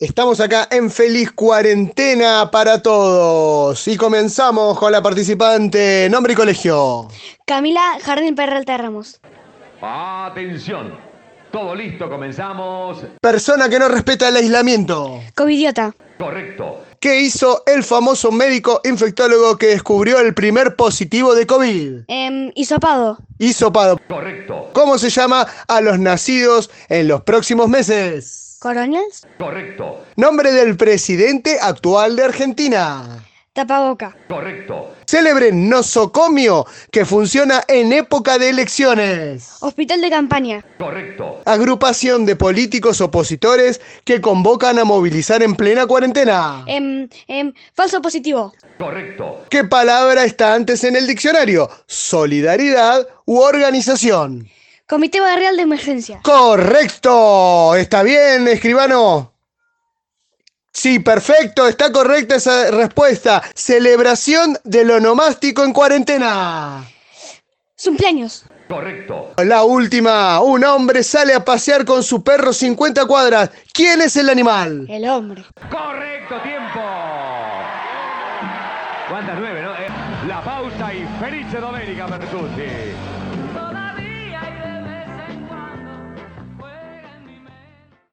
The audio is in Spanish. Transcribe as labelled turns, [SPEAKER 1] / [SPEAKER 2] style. [SPEAKER 1] Estamos acá en Feliz Cuarentena para Todos y comenzamos con la participante, nombre y colegio.
[SPEAKER 2] Camila Jardín Peralta Ramos.
[SPEAKER 3] Atención. Todo listo, comenzamos.
[SPEAKER 1] Persona que no respeta el aislamiento.
[SPEAKER 2] Covidiota.
[SPEAKER 3] Correcto.
[SPEAKER 1] ¿Qué hizo el famoso médico infectólogo que descubrió el primer positivo de COVID?
[SPEAKER 2] Em, hisopado.
[SPEAKER 1] Hisopado.
[SPEAKER 3] Correcto.
[SPEAKER 1] ¿Cómo se llama a los nacidos en los próximos meses?
[SPEAKER 2] Coronels.
[SPEAKER 3] Correcto.
[SPEAKER 1] Nombre del presidente actual de Argentina.
[SPEAKER 2] Tapaboca.
[SPEAKER 3] Correcto.
[SPEAKER 1] Célebre nosocomio que funciona en época de elecciones.
[SPEAKER 2] Hospital de campaña.
[SPEAKER 3] Correcto.
[SPEAKER 1] Agrupación de políticos opositores que convocan a movilizar en plena cuarentena.
[SPEAKER 2] Em, em, falso positivo.
[SPEAKER 3] Correcto.
[SPEAKER 1] ¿Qué palabra está antes en el diccionario? Solidaridad u organización.
[SPEAKER 2] Comité Barrial de Emergencia.
[SPEAKER 1] Correcto, está bien, escribano. Sí, perfecto, está correcta esa respuesta. Celebración del onomástico en cuarentena.
[SPEAKER 2] Cumpleaños.
[SPEAKER 3] Correcto.
[SPEAKER 1] La última, un hombre sale a pasear con su perro 50 cuadras. ¿Quién es el animal?
[SPEAKER 2] El hombre.
[SPEAKER 3] Correcto tiempo. ¿Cuántas nueve, no? Eh, La pausa y felice domenica, Bertuzzi.